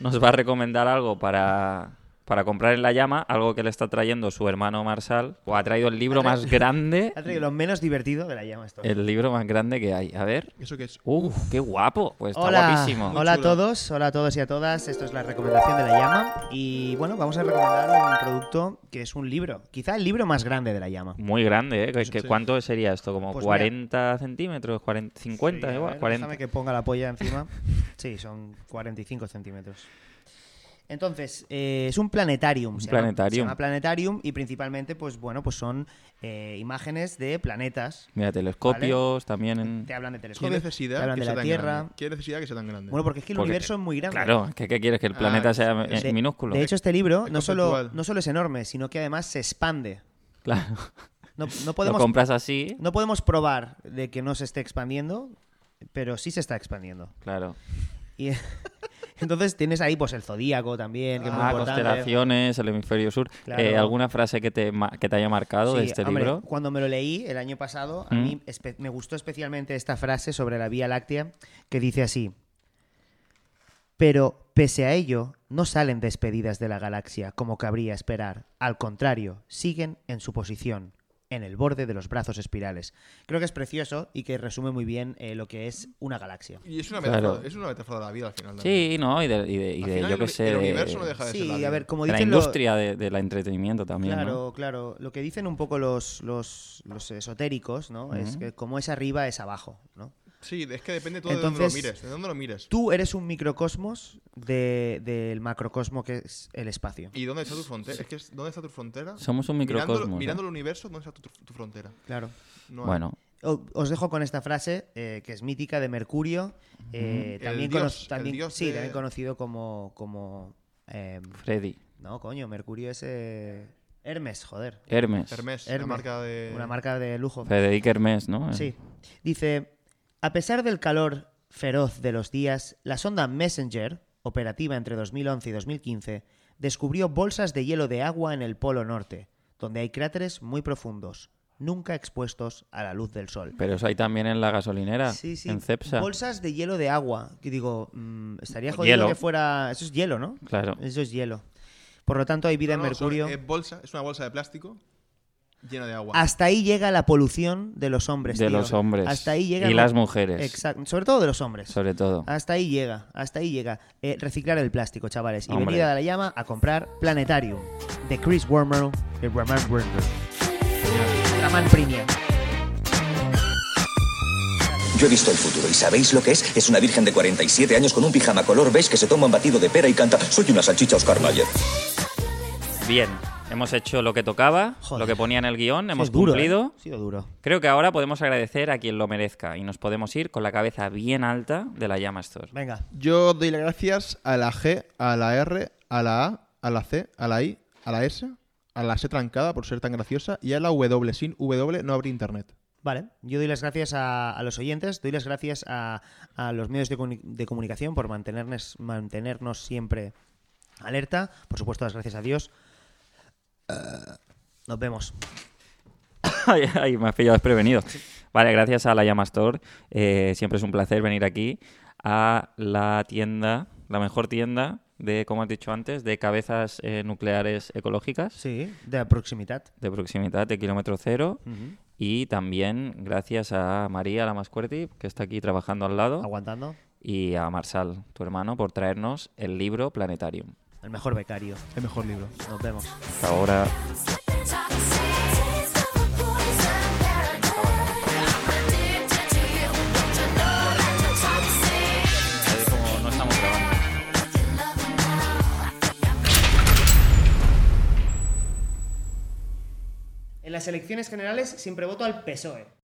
S1: nos va a recomendar algo para, para comprar en la llama, algo que le está trayendo su hermano Marsal. O ha traído el libro más grande,
S3: Ha traído lo menos divertido de la llama esto.
S1: el libro más grande que hay. A ver.
S2: ¿Eso qué es?
S1: Uf, qué guapo. Pues está
S3: Hola,
S1: guapísimo.
S3: hola a todos, hola a todos y a todas. Esto es la recomendación de la llama. Y bueno, vamos a recomendar un producto que es un libro. Quizá el libro más grande de la llama.
S1: Muy grande, ¿eh? ¿Qué- qué-
S2: Sí.
S1: ¿Cuánto sería esto? ¿Como
S3: Pues mira.
S1: 40 centímetros? 40, 50,
S3: Sí, a
S1: igual,
S3: ver,
S1: 40.
S3: Déjame que ponga la polla encima. Sí, son 45 centímetros. Entonces, eh, es un planetarium.
S1: Un
S3: se llama-
S1: planetarium.
S3: se llama planetarium y principalmente, pues bueno, pues son eh, imágenes de planetas.
S1: Mira, telescopios también. en-
S3: Te hablan de
S2: ¿Qué
S3: telescopios, te
S2: necesidad
S3: hablan
S2: que
S3: de
S2: sea
S3: la
S2: tan
S3: Tierra.
S2: grande? ¿Qué necesidad que sea tan grande?
S3: Bueno, porque es que el
S1: Porque-
S3: universo es muy grande.
S1: Claro, ¿qué, qué quieres? Que el
S2: Ah,
S1: planeta sea
S2: es-
S1: eh,
S3: De-
S1: minúsculo.
S3: De hecho, este libro
S2: Es
S3: no solo,
S2: conceptual.
S3: no solo es enorme, sino que además se expande.
S1: claro.
S3: No, no
S1: Lo
S3: podemos,
S1: compras así,
S3: no podemos probar de que no se esté expandiendo, pero sí se está expandiendo.
S1: claro.
S3: Ah, Y entonces tienes ahí pues el zodíaco también, que es muy
S1: Ah,
S3: importante.
S1: constelaciones, el hemisferio sur.
S3: Claro.
S1: Eh, ¿Alguna frase que te, ma- que te haya marcado de
S3: Sí,
S1: este
S3: hombre,
S1: libro?
S3: Cuando me lo leí el año pasado, a
S1: ¿Mm?
S3: mí espe- me gustó especialmente esta frase sobre la Vía Láctea que dice así: Pero pese a ello, no salen despedidas de la galaxia como cabría esperar. Al contrario, siguen en su posición, en el borde de los brazos espirales. Creo que es precioso y que resume muy bien eh, lo que es una galaxia.
S2: Y es una,
S1: Claro.
S2: metáfora, es una metáfora de la vida al final. también.
S1: Sí, no, y de, y de- y
S2: Al
S1: de,
S2: final
S1: yo
S2: el
S1: qué
S2: uni-
S1: sé.
S2: El
S1: de-
S2: universo no deja de ser la
S3: Sí,
S2: vida.
S3: a ver, como
S1: de la
S3: dicen los-
S1: industria de- del entretenimiento también. ¿no?
S3: Claro, claro. Lo que dicen un poco los, los, los esotéricos, ¿no? Es
S1: Ujú.
S3: que como es arriba, es abajo, ¿no?
S2: Sí, es que depende todo de dónde lo
S3: Entonces,
S2: mires. De dónde lo mires.
S3: Tú eres un microcosmos de- del macrocosmo que es el espacio.
S2: ¿Y dónde está tu frontera? Es que es, ¿dónde está tu frontera?
S1: Somos un
S2: Mirándolo-
S1: microcosmos. ¿no?
S2: Mirando, el universo, ¿dónde está tu, tu frontera?
S3: Claro.
S2: No hay.
S1: Bueno,
S3: Os dejo con esta frase eh, que es mítica de Mercurio, eh,
S2: El
S3: también,
S2: dios,
S3: cono-
S2: el
S3: también-
S2: dios
S3: sí,
S2: de-
S3: también conocido como... como eh,
S1: Freddy,
S3: no, coño, Mercurio es eh, Hermes, joder.
S1: Hermes.
S2: Hermes, la
S3: Hermes,
S2: marca de.
S3: Una marca de lujo.
S1: Frederic Hermes, ¿no?
S3: Sí. Dice, a pesar del calor feroz de los días, la sonda Messenger, operativa entre 2011 y 2015, descubrió bolsas de hielo de agua en el Polo Norte, donde hay cráteres muy profundos, nunca expuestos a la luz del sol.
S1: Pero eso hay también en la gasolinera,
S3: Sí, sí,
S1: en Cepsa.
S3: bolsas de hielo de agua. Que digo, mm, estaría jodido
S1: Hielo.
S3: que fuera... Eso es hielo, ¿no?
S1: Claro.
S3: Eso es hielo. Por lo tanto, hay vida
S2: No, no,
S3: en Mercurio.
S2: son- es, bolsa, es una bolsa de plástico llena de agua.
S3: Hasta ahí llega la polución de los hombres.
S1: De
S3: tío.
S1: los hombres.
S3: Hasta ahí llega
S1: Y
S3: la-
S1: las mujeres.
S3: Exacto. Sobre todo de los hombres.
S1: Sobre todo.
S3: Hasta ahí llega, hasta ahí llega. Eh, reciclar el plástico, chavales. Y
S1: Hombre.
S3: venid a la llama a comprar Planetarium de Chris Warmer. De Warmer Warmer. Raman Premium.
S6: Yo he visto el futuro y ¿sabéis lo que es? Es una virgen de 47 años con un pijama color beige que se toma un batido de pera y canta Soy una salchicha Oscar Mayer.
S1: Bien, hemos hecho lo que tocaba,
S3: Joder.
S1: lo que ponía en el guión, hemos
S3: Es duro,
S1: cumplido.
S3: ¿eh? Ha sido duro.
S1: Creo que ahora podemos agradecer a quien lo merezca y nos podemos ir con la cabeza bien alta de la llama Store.
S3: Venga.
S2: Yo doy las gracias a la G, a la R, a la A, a la C, a la I, a la S, a la C trancada por ser tan graciosa y a la W. Sin W no habría internet.
S3: Vale, yo doy las gracias a, a los oyentes, doy las gracias a, a los medios de, comuni- de comunicación por mantenernos, mantenernos siempre alerta. Por supuesto, las gracias a Dios. Eh, nos vemos.
S1: ay, ay, me has pillado desprevenido. Vale, gracias a la llama Store. eh, siempre es un placer venir aquí a la tienda, la mejor tienda de, como has dicho antes, de cabezas eh, nucleares ecológicas.
S3: Sí, de proximidad.
S1: de proximidad de kilómetro cero. Y también gracias a María, la Mascuerti, que está aquí trabajando al lado,
S3: Aguantando.
S1: y a Marsal, tu hermano, por traernos el libro Planetarium.
S3: El mejor becario.
S2: El mejor libro.
S3: Nos vemos.
S1: Hasta ahora. no estamos grabando.
S3: En las elecciones generales siempre voto al PSOE.